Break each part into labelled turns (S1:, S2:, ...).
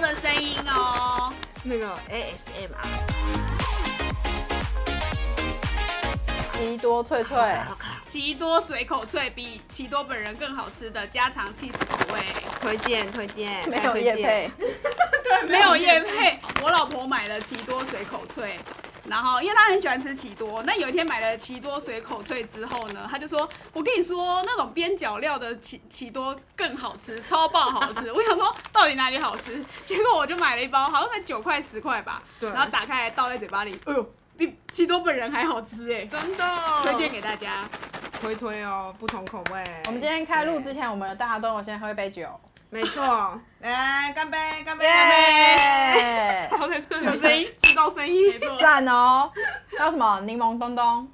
S1: 的声音哦。
S2: 那种 ASM 啊，
S3: 奇多脆脆，
S2: 好看，
S1: 奇多随口脆比奇多本人更好吃的家常 cheese 口味，
S2: 推荐推荐，
S3: 没
S2: 再
S3: 有
S2: 推
S3: 叶
S2: 荐
S3: 配，
S1: 没有叶配。我老婆买了奇多随口脆，然后因为她很喜欢吃奇多，那有一天买了奇多随口脆之后呢，她就说：“我跟你说，那种边角料的奇奇多更好吃，超爆好吃。”我想说到底哪里好吃？结果我就买了一包，好像才九块十块吧，
S2: 对
S1: 然后打开来倒在嘴巴里，哎呦，比奇多本人还好吃哎、
S2: 真的
S1: 推荐给大家。
S2: 推推哦，不同口味。
S3: 我们今天开录之前，我们大家都有先喝一杯酒，
S2: 没 错，来干杯，干杯，
S3: 耶，
S2: 干杯！好在这里
S1: 有声音，
S2: 制造声音。
S3: 赞哦！还有什么柠檬东东，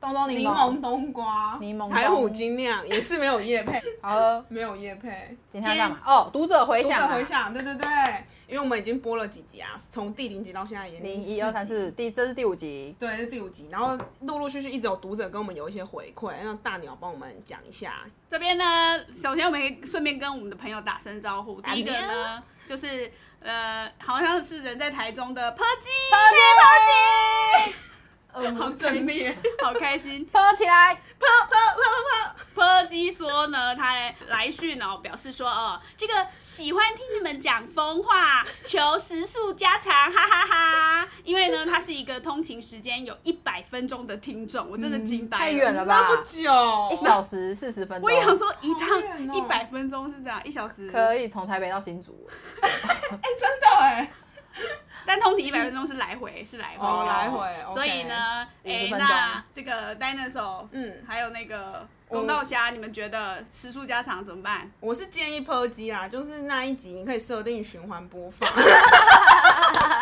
S3: 东东柠
S1: 柠
S3: 檬
S1: 檬，冬瓜，
S3: 柠檬
S2: 台虎
S3: 东
S2: 精酿也是没有叶配，
S3: 好喝。
S2: 没有叶配。
S3: 今天要干嘛？哦，读者回
S2: 读者
S3: 响啊，
S2: 回想，对对对，因为我们已经播了几集啊，从第零集到现在已经
S3: 零一二三
S2: 集，
S3: 四，第这是第五集，
S2: 对，是第五集。然后陆陆续续一直有读者跟我们有一些回馈，让大鸟帮我们讲一下。
S1: 这边呢，首先我们可以顺便跟我们的朋友打声招呼。
S2: 打
S1: 第一个呢，就是呃，好像是人在台中的 p e r
S2: 好正面，
S1: 好开心。
S3: 喝起来。
S2: 啪啪啪啪。
S1: p e r 说呢，他来讯哦，表示说哦，这个喜欢听你们讲疯话，求时速加长，哈哈哈因为呢，他是一个通勤时间有一百分钟的听众，我真的惊呆了。
S3: 太远了吧
S2: 那么久，
S3: 一小时四十分钟，
S1: 我也想说，一
S2: 好
S1: 趟
S2: 远哦
S1: 一百分钟是这样，一小时
S3: 可以从台北到新竹，
S2: 真的哎，
S1: 但通勤一百分钟是来回，是来回
S2: 哦
S1: 这样子
S2: 来回
S1: 所以
S2: OK
S1: 呢，哎、
S3: 50分钟
S1: 那这个 dinosaur，
S2: 嗯
S1: 还有那个公道虾，你们觉得时速加长怎么办？
S2: 我是建议抨击啦，就是那一集你可以设定循环播 放，这样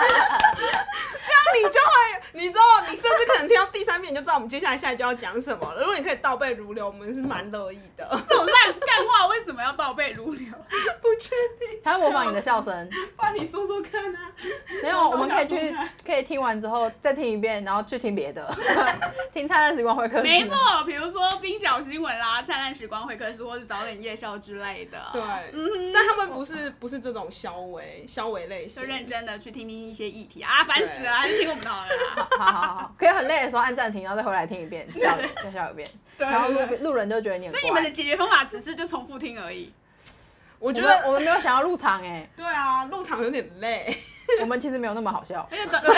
S2: 你就会，你知道，你甚至可能听到第三遍你就知道我们接下来下一句要讲什么了。如果你可以倒背如流，我们是蛮乐意的。
S1: 这种烂干话为什么要倒背如流？
S2: 不确定，
S3: 他会模仿你的笑声。
S2: 爸，你说说看啊。
S3: 没有，我们可以去，可以听完之后再听一遍，然后去听别的，听《灿烂时光会客室》。
S1: 没错，比如说冰角新闻啦、灿烂时光会客室，或是早点夜校之类的。
S2: 对，嗯，但他们不是不是这种消维消维类型，
S1: 就认真的去听听一些议题啊，烦死了，还是听我们的好了 啦。
S3: 好好好，可以很累的时候按暂停，然后再回来听一遍，笑再笑一遍，
S2: 对。
S3: 然后路
S2: 对对
S3: 路人就觉得你很
S1: 所
S3: 怪。
S1: 以你们的解决方法只是就重复听而已。
S2: 我
S3: 我
S2: 觉
S3: 们我
S2: 得
S3: 们没有想要入场哎、
S2: 对啊，入场有点累。
S3: 我们其实没有那么好笑。
S1: 而且短，终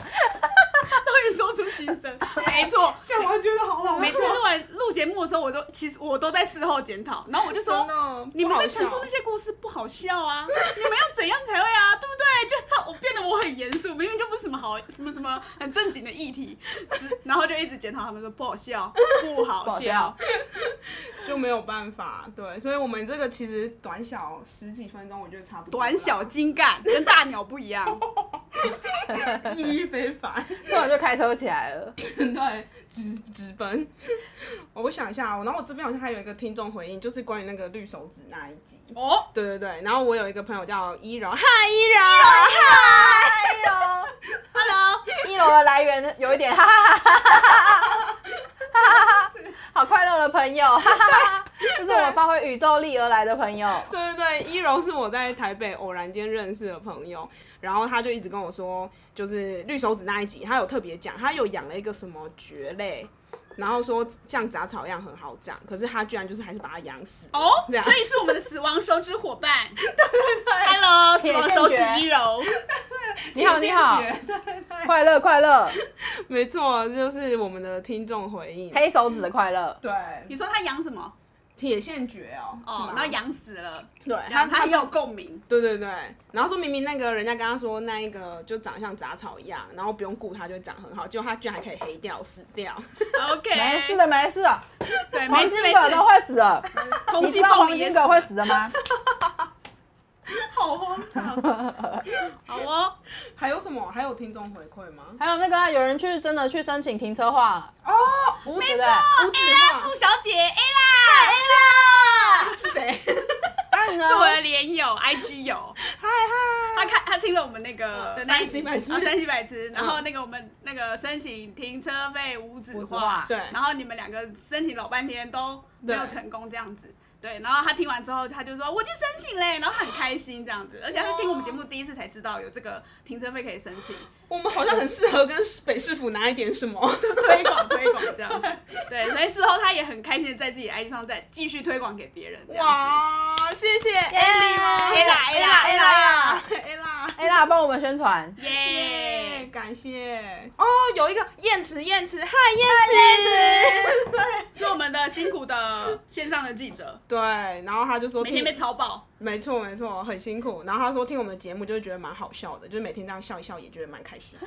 S1: 于说出心声，没错。
S2: 这样我觉得好好
S1: 每次录完录节目的时候，我都其实我都在事后检讨，然后我就说，你们在陈述那些故事不好笑 啊，你们要怎样才会啊，对不对？就操，我变得我很严肃，明明就不是什么好什么什么很正经的议题，只然后就一直检讨他们说不好笑，不好
S3: 不好
S1: 笑
S3: 笑，
S2: 就没有办法，对，所以我们这个其实短小十几分钟，我觉得差不多啦。
S1: 短小精干，跟大鸟不一 样。
S2: 意义非凡，
S3: 突然就开车起来了，
S2: 对，直直奔。 我想一下哦，然后我这边好像还有一个听众回应，就是关于那个绿手指那一集。
S1: 哦，
S2: 对对对，然后我有一个朋友叫依柔，嗨依柔，
S1: 啊
S2: 嗨，
S3: 一楼
S1: Hello，
S3: 一楼的来源有一点哈哈哈哈哈哈哈哈哈哈，好快乐的朋友，哈哈哈哈，这是我们发挥宇宙力而来的朋友。
S2: 对对对，依柔是我在台北偶然间认识的朋友，然后他就一直跟我说，就是绿手指那一集，他有特别讲，他有养了一个什么蕨类，然后说像杂草一样很好长，可是他居然就是还是把它养死了
S1: 哦，
S2: 这样
S1: 所以是我们的死亡手指伙伴。 对对对，Hello，死亡手指一柔。
S3: 你好，你好，
S2: 谢谢对
S3: 快乐快乐，
S2: 没错，这就是我们的听众回应。
S3: 黑手指的快乐，
S2: 对，
S1: 你说他养什么？
S2: 铁线蕨哦，
S1: 哦
S2: 是，吗
S1: 然后养死了。
S2: 对，
S1: 然
S2: 他
S1: 后他
S2: 他
S1: 很
S2: 说
S1: 有共鸣，
S2: 对对对，然后说明明那个人家跟他说那一个就长得像杂草一样，然后不用顾它就会长很好，结果它居然还可以黑掉死掉，
S1: OK，
S3: 没事，的没事的，
S1: 对，没
S3: 黄
S1: 事
S3: 金
S1: 没
S3: 葛都
S1: 事，
S3: 会死的，
S1: 空
S3: 你
S1: 气
S3: 知道
S1: 凤
S3: 黄
S1: 梨也
S3: 金
S1: 是
S3: 葛会死的吗？
S1: 好荒唐，好哦，
S2: 还有什么？还有听众回馈 吗？
S3: 还有那个啊、有人去真的去申请停车化，
S2: 哦，
S3: 没
S1: 没
S3: 对
S1: 错
S2: 五指
S1: ，A 啦，
S2: 化
S1: 哎素小姐，A 啦，A 啦，
S2: 是谁？
S3: 当然呢
S1: 是我的连友，IG 友，
S2: 嗨嗨，
S1: 他看他听了我们那个
S2: 嗯
S1: 的那一
S2: 三星嗯白痴
S1: 啊三星白痴，然后那个我们那个申请停车费无纸
S3: 五指
S1: 化
S3: 化，
S2: 对
S1: 然后你们两个申请老半天都没有
S2: 对
S1: 成功这样子，对，然后他听完之后，他就说我去申请嘞，然后他很开心这样子，而且他是听我们节目第一次才知道有这个停车费可以申请，
S2: 我们好像很适合跟北市府拿一点什么。
S1: 推广推广这样子。对，所以事后他也很开心的在自己的 IG 上再继续推广给别人。这样子，
S2: 哇，谢谢 Ella，Ella
S1: Ella，Ella，Ella，Ella
S2: Ella，
S3: 哎啦，帮我们宣传。
S2: 耶，
S1: 耶！
S2: 感谢。哦，有一个燕慈，燕慈，嗨，燕慈。
S1: 是我们的辛苦的线上的记者，
S2: 对，然后他就说
S1: 每天
S2: 听
S1: 被，超爆。
S2: 没错没错，很辛苦。然后他说听我们的节目就是觉得蛮好笑的，就是每天这样笑一笑也觉得蛮开 心。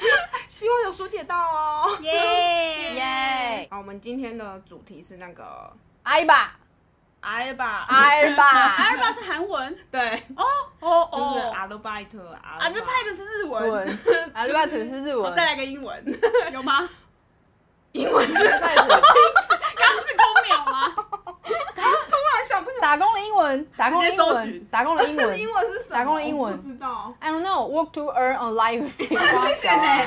S2: 希望有疏解到哦。
S1: 耶
S3: 耶！
S2: 好，我们今天的主题是那个
S3: 挨吧，
S2: 挨吧，
S3: 挨吧，
S1: ！Arba 是韩文
S2: 对，
S1: 哦
S2: 就是
S1: 哦
S2: 阿鲁拜特，阿鲁拜
S1: Arba 的是日
S3: 日
S1: 文，
S3: 文，阿鲁巴图是日文，
S1: 再来个英文， 有吗？
S2: 英文是什
S3: 再
S2: 么？
S3: 来一次
S1: 刚刚是公秒吗？
S2: 想不起
S3: 打工的英文，打工的英
S1: 直接搜寻
S3: 文，打工的英
S2: 来
S3: 文
S2: 英。文是什么？
S3: 打工的英文
S2: 我不知道。
S3: I don't know, work to earn a life.
S2: 谢谢呢，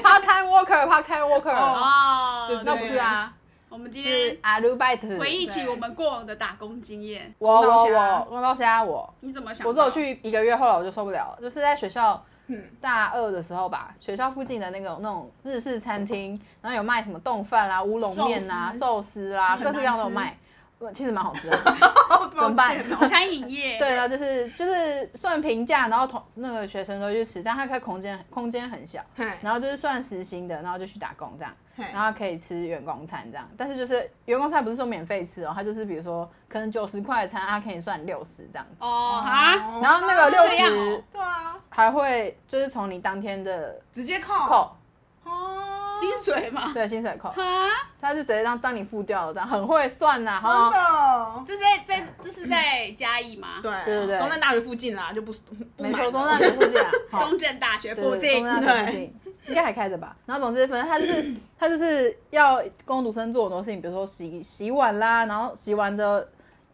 S3: Part-time worker, part-time worker.
S1: 哦
S3: 那不是，啊，
S1: 我们今
S3: 是
S1: 天
S3: Arubaite。
S1: 回忆起我们过往的打工经验，
S3: 我我我我到现在我，
S1: 你怎么想？
S3: 我只有，去一个月，后来我就受不了了，就是在学校
S2: 嗯
S3: 大二的时候吧，
S1: 嗯
S3: 学校附近的那种那种日式餐厅，然后有卖什么冻饭啦、乌龙面啦、寿司啦，各式各样都有卖，我其实蛮好吃的。
S2: 怎
S3: 么办
S1: 餐饮业，
S3: 对，啊，就是就是算平价，然后同那个学生都去吃，但他开空间空间很小，然后就是算时薪的，然后就去打工这样，然后可以吃员工餐这样，但是就是员工餐不是说免费吃哦，他就是比如说可能九十块的餐，他可以算六十这样子，
S1: 哦哈，
S3: 然后那个六
S1: 这样
S3: 十
S1: 哦
S2: 对啊，
S3: 还会就是从你当天的
S2: 直接扣
S3: 扣，
S2: 哦，
S1: 薪水嘛，
S3: 对薪水扣，
S1: 哈，
S3: 他就直接让当你付掉了这样，很会算呐、哈。
S2: 真的。
S1: 这是在在这是在嘉义吗？，
S2: 对
S3: 对对对
S2: 中正大学附近啦，就不不
S3: 没
S2: 买了
S3: 错，中
S1: 哦
S3: 正大学附近啊，哈
S1: 中正大学附
S3: 对
S1: 近
S3: 中，山大学附近应该还开着吧。然后总之，反正他就是他就是要工读生做很多事情，比如说洗洗碗啦，然后洗完的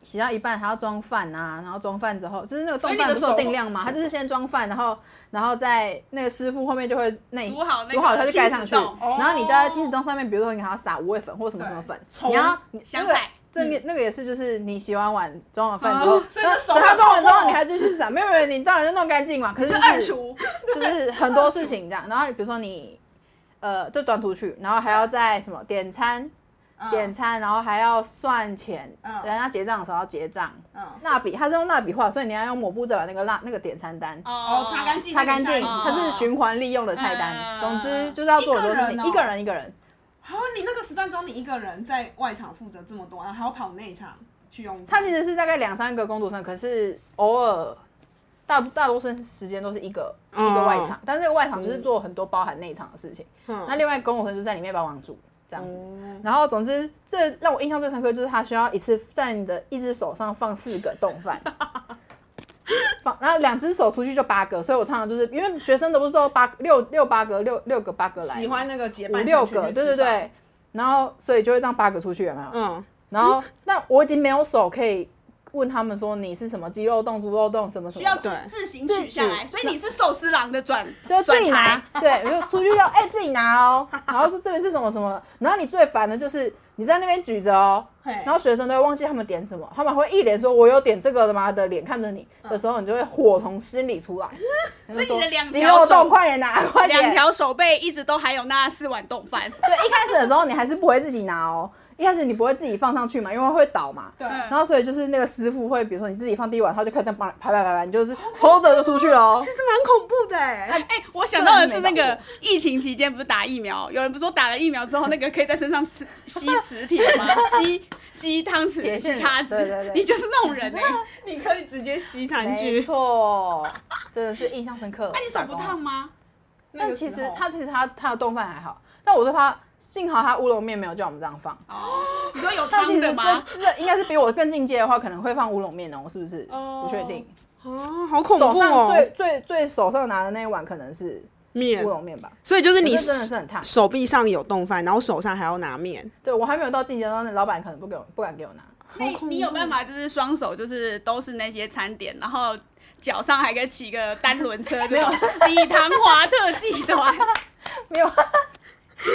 S3: 洗到一半还要装饭啊，然后装饭之后就是那个
S2: 所以
S3: 冻
S2: 你的
S3: 饭不是有
S2: 手
S3: 定量嘛，他就是先装饭，然后然后在那个师傅后面就会那
S1: 煮好那个
S3: 煮好他就盖上去，
S1: 亲子冻
S2: 哦
S3: 然后你在亲子冻上面，比如说你还要撒五味粉或什么什么粉，
S2: 对嗯
S3: 你要你
S1: 香菜。
S3: 这个那个也是，就是你洗完碗、装完饭之后
S2: 啊，所以那手
S3: 等他
S2: 很
S3: 装完之
S2: 痛
S3: 后，
S2: 哦
S3: 你还继续撒，没有人，你当然就弄干净嘛。可是
S1: 是
S3: 就
S1: 二厨，
S3: 就是很多事情这样。然后比如说你，呃，就短途去，然后还要在什么点餐、
S2: 嗯
S3: 点餐，然后还要算钱，
S2: 嗯
S3: 人家结账的时候要结账。
S2: 嗯，
S3: 蜡笔它是用蜡笔画，所以你要用抹布再把那个蜡那个点餐单
S1: 哦
S2: 哦，擦干净，
S3: 擦干净，
S2: 那个下一
S1: 哦
S2: 次
S3: 它是循环利用的菜单。
S1: 嗯
S3: 总之就是要做很多事情，
S2: 一
S3: 一
S2: 个
S3: 个
S2: 人哦
S3: 人一个人。
S2: 好，你那个时段只有你一个人在外场负责这么多，然后还要跑内场去用
S3: 它其实是大概两三个工读生，可是偶尔。大大多数时间都是一个一
S2: 嗯
S3: 个外场，但是这个外场就是做很多包含内场的事情。那
S2: 那
S3: 另外工读生就在里面帮忙煮这样子。
S2: 嗯
S3: 然后总之，这让我印象最深刻就是他需要一次在你的一只手上放四个冻饭，放然后两只手出去就八个，所以我常常就是因为学生都不是说八六六八个六六个八个来嘛，
S2: 喜欢那个结
S3: 五
S2: 伴
S3: 六
S2: 成群
S3: 个，
S2: 去
S3: 对
S2: 吃
S3: 对
S2: 饭，
S3: 对，然后所以就会让八个出去有没有？
S2: 嗯，
S3: 然后那我已经没有手可以问他们说你是什么鸡肉冻、猪肉冻什么什
S1: 需
S3: 么的
S1: 要，自
S2: 对
S1: 自行取下来，所以你是寿司郎的转
S3: 就自
S1: 转
S3: 己拿
S1: 台，
S3: 对，就出去就哎、自己拿哦。然后说这边是什么什么，然后你最烦的就是你在那边举着哦，
S2: 嘿
S3: 然后学生都会忘记他们点什么，他们会一脸说“我有点这个的吗”的脸看着你的时候，你就会火从心 里出来。所
S1: 嗯以你的两
S3: 肌
S1: 条
S3: 肉
S1: 手
S3: 冻快点拿，快点！
S1: 两条手背一直都还有那四碗冻 饭，
S3: 对，一开始的时候你还是不会自己拿哦，一开始你不会自己放上去嘛，因为会倒嘛。
S2: 对，
S1: 嗯
S3: 然后所以就是那个师傅会，比如说你自己放第一碗，他就开始这样帮你排排排排，你就是 hold 着就出去了哦。
S2: 实蛮恐怖的 哎，
S1: 哎、我想到的是那
S3: 虽然没
S1: 个
S3: 打
S1: 疫情期间不是打疫苗，有人不是说打了疫苗 之后那个可以在身上吃吸磁铁 吗？吸吸汤匙、
S3: 铁
S1: 吸
S3: 线
S1: 叉子，
S3: 对对对
S1: 你就是那种人哎、
S2: 你可以直接吸餐
S3: 没
S2: 具，
S3: 错，真的是印象深 刻了。
S1: 啊那、你手不
S3: 打工
S1: 烫吗？
S2: 那
S3: 但
S2: 个时
S3: 其
S2: 候
S3: 实他其实他他的冻饭还好，但我对他幸好他乌龙面没有叫我们这样放。
S1: 哦，你说有
S3: 他其
S1: 汤
S3: 实
S1: 的
S3: 这
S1: 吗？
S3: 这应该是比我更进阶的话，可能会放乌龙面哦，是不是？
S2: 哦
S3: 不确定。
S2: 啊，好恐
S3: 手
S2: 怖
S3: 上最
S2: 哦，
S3: 最最手上拿的那一碗可能是
S2: 面
S3: 乌，龙面吧。
S2: 所以就是你
S3: 可是真的是很烫。
S2: 手臂上有冻饭，然后手上还要拿面，
S3: 对我还没有到进阶，那老板可能不给我不敢给我拿。
S1: 那你你有办法就是双手就是都是那些餐点，然后脚上还可以 骑个单轮车这种礼堂华特技团？
S3: 没有，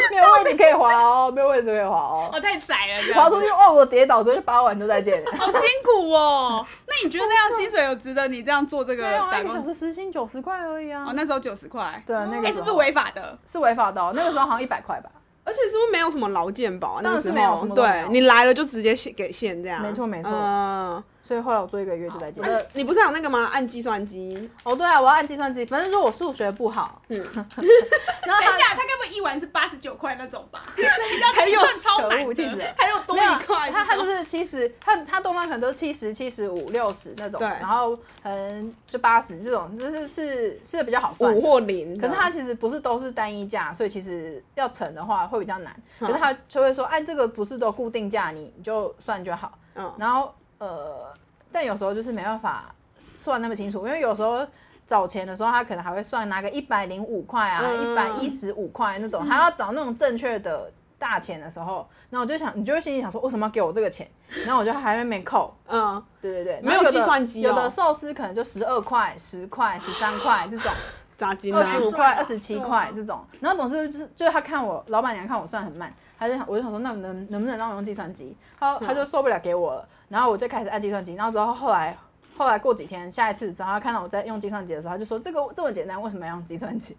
S3: 没有位置可以滑哦，没有位置可以滑
S1: 哦，
S3: 哦，
S1: 太窄了，这
S3: 滑
S1: 样
S3: 出去哦，我跌倒，昨天八万都 再见。
S1: 好辛苦哦。那你觉得那样薪水有值得你这样做这个
S3: 没有啊，
S1: 打
S3: 一个小
S1: 工？
S3: 时时薪九十块而已啊
S1: 哦，，那时候九十块，
S3: 对啊那个
S1: 哎
S3: 时
S1: 是
S3: 候
S1: 不是违法 的？
S3: 是违法的哦，那个时候好像一百块吧。
S2: 而且是不是没有什么劳健保啊？那
S3: 当
S2: 个时
S3: 然是
S2: 候
S3: 没有什么都没
S2: 对
S3: 有
S2: 你来了就直接现给现这样，
S3: 没错没错
S2: 嗯，
S3: 所以后来我做一个月就再见。
S1: 哦
S2: 呃你不是有那个吗？按计算机，
S3: 哦，对啊，我要按计算机，反正说我数学不好，
S2: 嗯，
S3: 然后
S1: 等一
S3: 他
S1: 下，他该不会一碗是八十九块那种 吧？要计算超
S3: 可
S1: 难
S3: 恶，气死
S1: 的。
S3: 了。
S2: 还有多
S3: 没有
S2: 一块，
S3: 他他就是七十，他他动漫可能都七十、七十五、六十那种，
S2: 对
S3: 然后可能就八十这种，就是是是比较好算
S2: 五
S3: 的。
S2: 或零，
S3: 哦可是它其实不是都是单一价，所以其实要乘的话会比较难。
S2: 嗯
S3: 可是他就会说，哎，这个不是都固定价，你你就算就好。
S2: 嗯，
S3: 然后呃，但有时候就是没办法算那么清楚，因为有时候找钱的时候，他可能还会算拿个一百零五块啊，一百
S2: 嗯
S3: 一十五块那种，还要找那种正确的大钱的时候，那我就想，你就会心里想说，为什么要给我这个钱？然后我就还在那边扣。
S2: 嗯，
S3: 对对对，
S2: 没有
S3: 然后的
S2: 计算机哦
S3: 有的寿司可能就十二块、十块、十三块这种，
S2: 砸金
S3: 二
S2: 啊
S3: 十
S1: 25
S3: 五块、二十七块这种。然后总之就是，就是他看我老板娘看我算很慢，他就想，我就想说，那能能不能让我用计算机？他他就受不了给我了，然后我就开始按计算机。然后之后后来后来过几天，下一次的时候，他看到我在用计算机的时候，他就说这个这么简单，为什么要用计算机？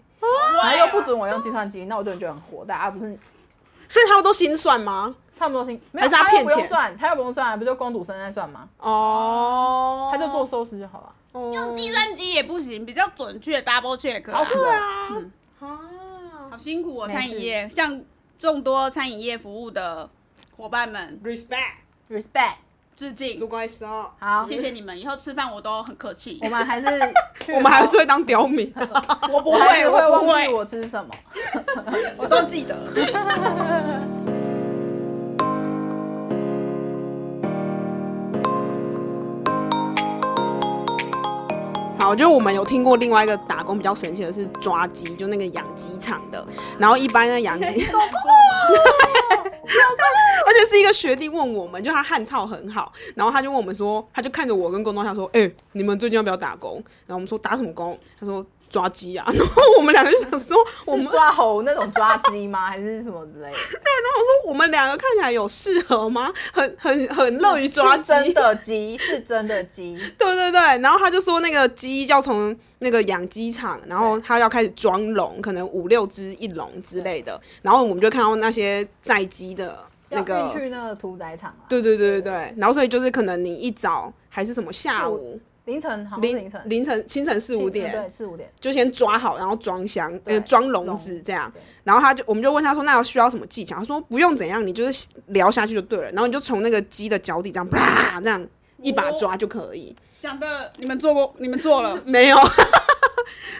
S3: 然后又不准我用计算机，那我就觉得很火大啊！不是
S2: 所以他们都心算吗？
S3: 他们都心没有，
S2: 还是他
S3: 他又
S2: 骗
S3: 不用
S2: 钱
S3: 算，他又不用算，不就公主生在算吗？
S2: 哦，
S3: 他就做收拾就好了。
S1: 用计算机也不行，比较准确 double check 啊、
S3: 好
S2: 对
S3: 对
S2: 啊，
S1: 好
S2: 啊
S1: 辛苦哦，
S3: 没事
S1: 餐饮业像众多餐饮业服务的伙伴们
S2: ，respect，
S3: ，respect，
S1: 致
S2: 不
S1: 敬，
S2: 怪事哦，
S3: 好，
S1: 谢谢你们，以后吃饭我都很客气
S3: 我，们还是去
S2: 我们还是会当刁民，
S1: 我不
S3: 我还
S1: 会，
S3: 是会
S1: 我不
S3: 忘记
S1: 会，
S3: 我吃什么。
S1: 我都记得。
S2: 好，就我们有听过另外一个打工比较神奇的是抓鸡，就那个养鸡场的。然后一般的 养鸡，
S1: 很难过吗？
S2: 而且是一个学弟问我们，就他汉操很好，然后他就问我们说，他就看着我跟关东他说，哎、你们最近要不要打工？然后我们说打什么工？他说抓鸡啊。 然后我们两个就想说，我
S3: 是
S2: 们
S3: 抓猴那种抓鸡吗？ 还是什么之类的？
S2: 我们两个看起来有适合吗？很很很乐于抓
S3: 是
S2: 鸡，
S3: 真的鸡，是真的鸡。
S2: 对对对，然后他就说那个鸡要从那个养鸡场，然后他要开始装笼，可能五六只一笼之类的，然后我们就看到那些载鸡的 那
S3: 要
S2: 个
S3: 运，去那个屠宰场啊，
S2: 对对对对对，然后所以就是可能你一早还是什么下午
S3: 凌晨好像是
S2: 凌
S3: 凌晨
S2: 凌晨清晨四五点，
S3: 对，四五点。
S2: 就先抓好，然后装箱，呃，
S3: 对
S2: 装笼
S3: 笼
S2: 子这样
S3: 对。
S2: 然后他就，我们就问他说，那要需要什么技巧？他说不用怎样，你就是撩下去就对了。然后你就从那个鸡的脚底这样啪这样一把抓就可以。
S1: 讲的你们做过，你们做了，
S2: 没有。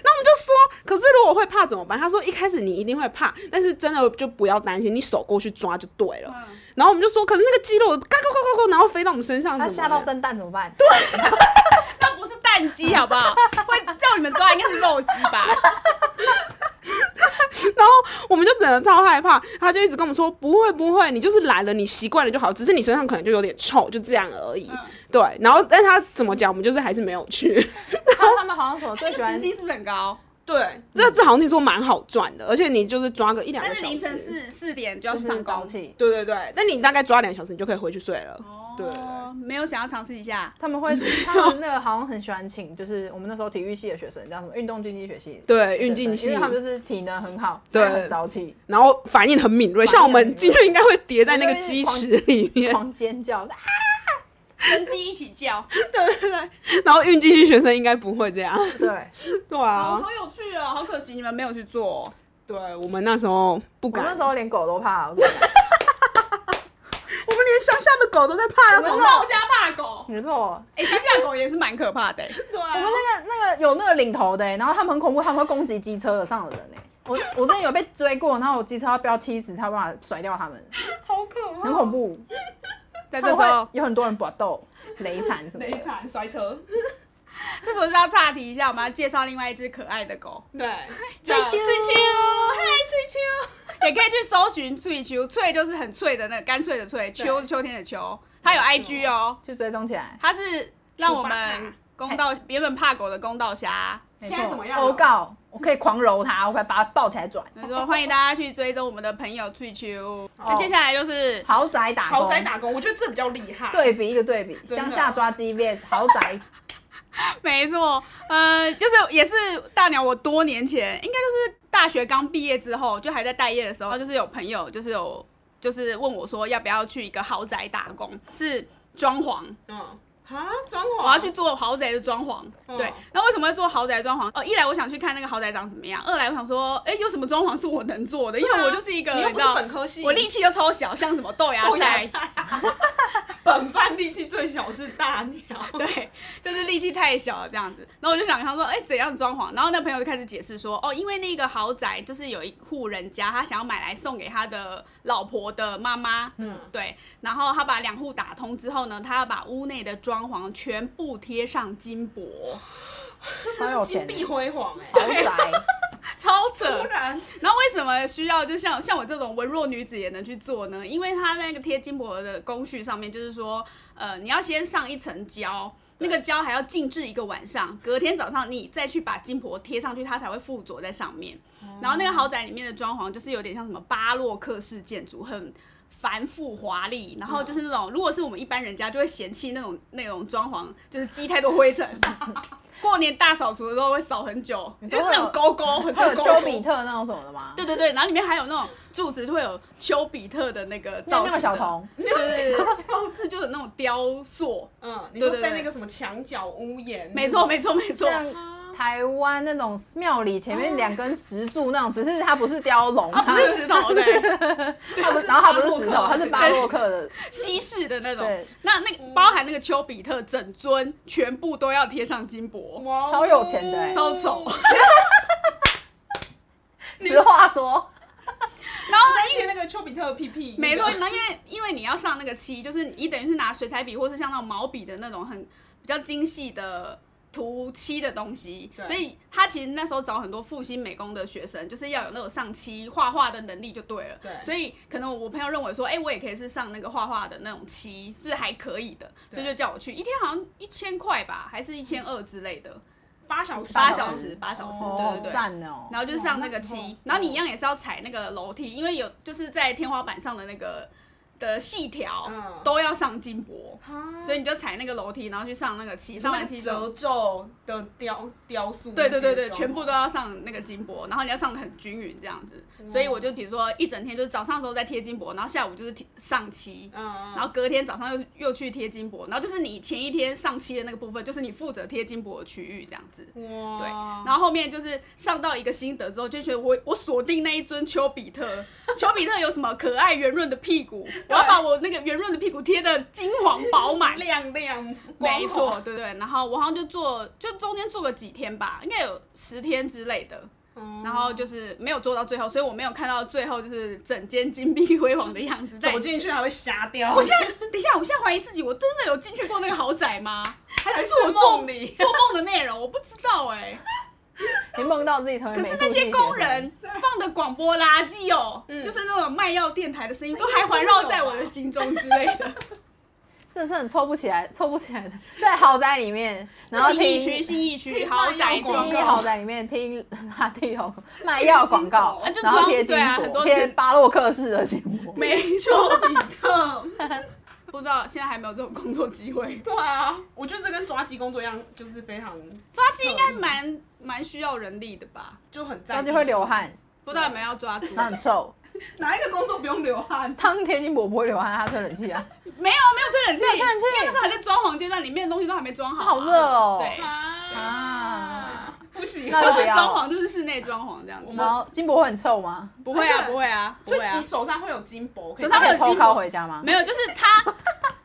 S2: 那我们就说，可是如果会怕怎么办？他说一开始你一定会怕，但是真的就不要担心，你手过去抓就对了。
S1: 嗯
S2: 然后我们就说，可是那个肌肉嘎嘎嘎嘎嘎，然后飞到我们身上，
S3: 他
S2: 怎么
S3: 吓
S2: 了
S3: 到生蛋怎么办？对，
S1: 那不是蛋鸡好不好？ 会叫你们抓应该是肉鸡吧？
S2: 我们就整个超害怕，他就一直跟我们说不会不会，你就是来了，你习惯了就好，只是你身上可能就有点臭，就这样而已。
S1: 嗯
S2: 对，然后但他怎么讲，我们就是还是没有去。
S3: 他他们好像什么最 喜
S1: 时
S3: 欢
S1: 薪是不是很高？
S2: 对，这这好像听说蛮好赚的，而且你就是抓个一两
S1: 但
S2: 个
S1: 是
S2: 小
S1: 凌晨
S2: 时。
S1: 四四点就要
S3: 就
S1: 去
S3: 是
S1: 上
S3: 早
S1: 工，
S3: 起，
S2: 对对对，那你大概抓两小时，你就可以回去睡了。
S1: 哦，没有想要尝试一下。
S3: 他们会他们那个好像很喜欢请，就是我们那时候体育系的学生，叫什么运动竞技学系。
S2: 对，运镜
S3: 因
S2: 系
S3: 为，他们就是体能很好，
S2: 对
S3: 然后很早起，
S2: 然后反应很敏锐，
S3: 反应
S2: 像
S3: 很
S2: 我们进去应该会叠在
S3: 我
S2: 那个
S3: 就一直
S2: 鸡
S3: 狂
S2: 池里面。
S3: 狂尖叫， 啊
S1: 跟鸡一起叫，
S2: 然后运镜系学生应该不会这样。
S3: 对，
S2: 对
S1: 好
S2: 啊，
S1: 好有趣哦，好可惜你们没有去做哦。
S2: 对我们那时候不
S3: 我
S2: 敢，
S3: 那时候连狗都怕，
S2: 我
S3: 我
S2: 们连乡下的狗都在怕要
S3: 我们
S2: 怎么
S3: 那
S1: 我家怕狗，
S3: 没错，
S1: 哎、乡下狗也是蛮可怕的、欸。
S2: 对啊
S3: 我们那个那个有那个领头的、欸，然后他们很恐怖，他们会攻击机车上的人哎、我我真的有被追过，然后我机车要飙七十，才有办法甩掉他们，
S2: 好可怕，
S3: 很恐怖。
S1: 在
S3: 那
S1: 这时候，
S3: 有很多人搏斗、雷惨什么的。
S2: 惨摔车，
S1: 这时候就要岔题一下，我们要介绍另外一只可爱的狗，
S2: 对，
S3: 追
S2: 叫
S3: 究
S1: 翠秋，嗨，翠秋，也可以去搜寻翠秋，翠就是很脆的那个干脆的脆，秋是秋天的秋，它有 IG 哦，
S3: 就追踪起来，
S1: 它是让我
S2: 丘巴
S1: 们
S2: 卡
S1: 公道原本怕狗的公道侠
S2: 现在怎么样了？
S3: 欧告，我可以狂揉它，我可以把它抱起来转。
S1: 没错，欢迎大家去追踪我们的朋友翠秋。那接下来就是
S3: 豪宅打工
S2: 啊豪宅打工，我觉得这比较厉害。，
S3: 对比一个对比，
S2: 的
S3: 乡下抓鸡 vs 豪宅，
S1: 没错，呃，就是也是大鸟，我多年前应该就是大学刚毕业之后，就还在待业的时候，就是有朋友就是有就是问我说要不要去一个豪宅打工，是装潢，
S2: 嗯，啊，装潢，
S1: 我要去做豪宅的装潢。对
S2: 嗯，
S1: 那为什么要做豪宅装潢？呃，一来我想去看那个豪宅长怎么样，二来我想说，哎、有什么装潢是我能做的？因
S2: 对
S1: 为
S2: 啊
S1: 我就是一个，
S2: 你又不
S1: 知
S2: 是
S1: 道
S2: 本科系，
S1: 我力气又超小，像什么豆芽
S2: 豆芽
S1: 菜，
S2: 菜， 本班力气最小是大鸟。
S1: 对，就是力气太小了这样子。然后我就想跟他说，哎、怎样装潢？然后那朋友就开始解释说，哦，因为那个豪宅就是有一户人家，他想要买来送给他的老婆的妈妈，
S2: 嗯，
S1: 对。然后他把两户打通之后呢，他要把屋内的装潢全部贴上金箔，
S3: 超
S2: 这
S3: 有
S2: 是金
S3: 钱的。
S2: 碧辉煌哎、
S3: 豪宅，
S1: 超
S2: 突
S1: 扯。
S2: 然，
S1: 然后为什么需要就像像我这种文弱女子也能去做呢？因为它那个贴金箔的工序上面，就是说，呃，你要先上一层胶，那个胶还要静置一个晚上，隔天早上你再去把金箔贴上去，它才会附着在上面。然后那个豪宅里面的装潢就是有点像什么巴洛克式建筑，很。繁复华丽，然后就是那种，如果是我们一般人家就会嫌弃那种那种装潢，就是积太多灰尘。 过年大扫除的时候会扫很久，
S3: 你
S1: 就
S3: 说
S1: 是那种勾勾，很
S3: 还
S1: 多
S3: 有
S1: 勾
S3: 丘
S1: 勾
S3: 比特那种什么的吗？
S1: 对对对，然后里面还有那种柱子，就会有丘比特的那个
S3: 那
S1: 造型的
S3: 那个小，童，
S1: 对对，就是那种雕塑，
S2: 嗯，你说
S1: 对对
S2: 在
S1: 对
S2: 那个什么墙角屋檐，
S1: 没错没错没错，
S3: 像台湾那种庙里前面两根石柱那种，只是它不是雕龙，
S1: 它不是石头的，
S3: 它不，然后它不是石头，它是巴洛克的。
S1: 西式的那种
S3: 对，
S1: 那那个包含那个丘比特整尊全部都要贴上金箔，
S2: 哇哦
S3: 超有钱的欸
S1: 超丑。
S3: 实话说，
S1: 然后
S2: 在贴那个丘比特的屁屁，
S1: 没错，
S2: 那个
S1: 那因为因为你要上那个漆，就是你等于是拿水彩笔或是像那种毛笔的那种很比较精细的涂漆的东西，
S2: 对
S1: 所以他其实那时候找很多复兴美工的学生，就是要有那种上漆画画的能力就对了。
S2: 对
S1: 所以可能我朋友认为说，哎、我也可以是上那个画画的那种漆，是还可以的，所以就叫我去，一天好像一千块吧，还是一千二之类的，
S2: 八小时，
S1: 八小时，八小时，对对对。
S3: 哦赞哦。
S1: 然后就是上那个
S2: 哇那时
S1: 漆
S2: 候，
S1: 然后你一样也是要踩那个楼梯，因为有就是在天花板上的那个的细条、
S2: 嗯
S1: 都要上金箔，
S2: 啊，
S1: 所以你就踩那个楼梯，然后去上那个漆，上
S2: 上
S1: 完
S2: 面
S1: 漆之
S2: 褶
S1: 后，
S2: 皱的雕雕塑，
S1: 对对对对，全部都要上那个金箔，然后你要上的很均匀这样子，所以我就比如说一整天就是早上的时候在贴金箔，然后下午就是贴上漆。
S2: 嗯，嗯，
S1: 然后隔天早上又又去贴金箔，然后就是你前一天上漆的那个部分，就是你负责贴金箔的区域这样子。
S2: 哇，。
S1: 对，然后后面就是上到一个心得之后，就觉得我我锁定那一尊丘比特，丘比特有什么可爱圆润的屁股，我要把我那个圆润的屁股贴的金黄饱满
S2: 亮亮，
S1: 没
S2: 光
S1: 错，
S2: 滑，
S1: 对对，然后我好像就做，就中间做个几天吧，应该有十天之类的，
S2: 嗯
S1: 然后就是没有做到最后，所以我没有看到最后就是整间金碧辉煌的样子。在
S2: 走进去还会瞎掉，
S1: 我现在等一下，我现在怀疑自己，我真的有进去过那个豪宅吗？还是我做
S2: 梦里
S1: 做梦的内容？我不知道哎、
S3: 你梦到自己成为
S1: 可
S3: 哎美
S1: 是
S3: 术
S1: 那
S3: 系
S1: 些
S3: 学
S1: 工
S3: 生
S1: 人放的广播垃圾哦，
S2: 嗯
S1: 就是那种卖药电台的声音，都还环绕在我的心中之类的。
S3: 真的是很凑不起来，凑不起来的，在豪宅里面，然后
S1: 信义区、
S3: 听
S1: 信义区
S2: 听
S1: 豪
S2: 卖
S1: 宅
S2: 药
S1: 广
S2: 广
S3: 听
S1: 告，
S3: 豪宅里面听拉蒂欧卖药广告
S1: 啊就，
S3: 然后
S1: 装
S3: 贴金
S1: 对啊很
S3: 箔，
S1: 多
S3: 贴
S1: 金
S3: 巴洛克式的金箔，
S1: 没
S2: 丘
S1: 错。
S2: 比特，
S1: 不知道现在还没有这种工作机会，
S2: 对啊，我觉得这跟抓鸡工作一样，就是非常
S1: 抓鸡应该蛮蛮需要人力的吧？
S2: 就很在意
S3: 然后就会流汗，
S1: 不知道有没有要抓猪？
S3: 然后很臭。
S2: 哪一个工作不用流汗？
S3: 他们贴金箔不会流汗，他吹冷气啊。
S1: 没有，没有吹冷气，
S3: 没有吹冷气
S1: 因为那时候还在装潢阶段，里面的东西都还没装好啊。
S3: 好热哦
S1: 对，
S2: 啊，不喜
S3: 那
S2: 欢
S1: 就
S3: 不
S1: 是
S3: 要
S1: 装潢，就是室内装潢这样子。
S3: 然后金箔会很臭吗？
S1: 不会啊，不会啊，不
S2: 所
S1: 会
S2: 以
S1: 啊
S2: 你。手上会有金箔，可以
S1: 手上会有
S3: 偷
S1: 金
S3: 烤
S1: 箔
S3: 回家吗？
S1: 没有，就是他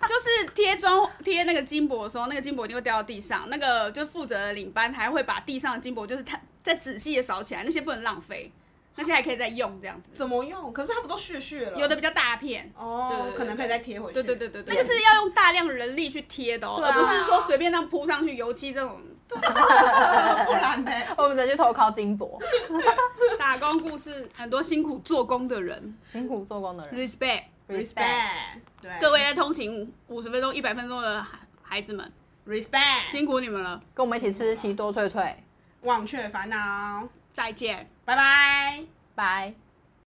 S1: 就是贴装贴那个金箔的时候，那个金箔一定会掉到地上。那个就负责的领班还会把地上的金箔，就是他再仔细的扫起来，那些不能浪费，那些还可以再用这样子。
S2: 怎么用？可是它不都屑屑了？
S1: 有的比较大片，对对
S2: 哦
S1: 对，对
S2: 可能可以再贴回去。
S1: 对对对对对，
S3: 对
S1: 那就是要用大量人力去贴的哦，
S3: 对啊
S1: 而不是说随便这样铺上去油漆这种。
S2: 不然呢？
S3: 我们再去偷烤金箔，
S1: 打工故事，很多辛苦做工的人
S3: 辛苦做工的人
S1: ，respect。
S3: respect。
S2: 对，
S1: 各位在通勤五十分钟、一百分钟的孩孩子们，
S2: respect，
S1: 辛苦你们了。
S3: 跟我们一起吃奇多脆脆，
S2: 忘却烦恼，
S1: 再见。
S2: 拜拜。
S3: 拜。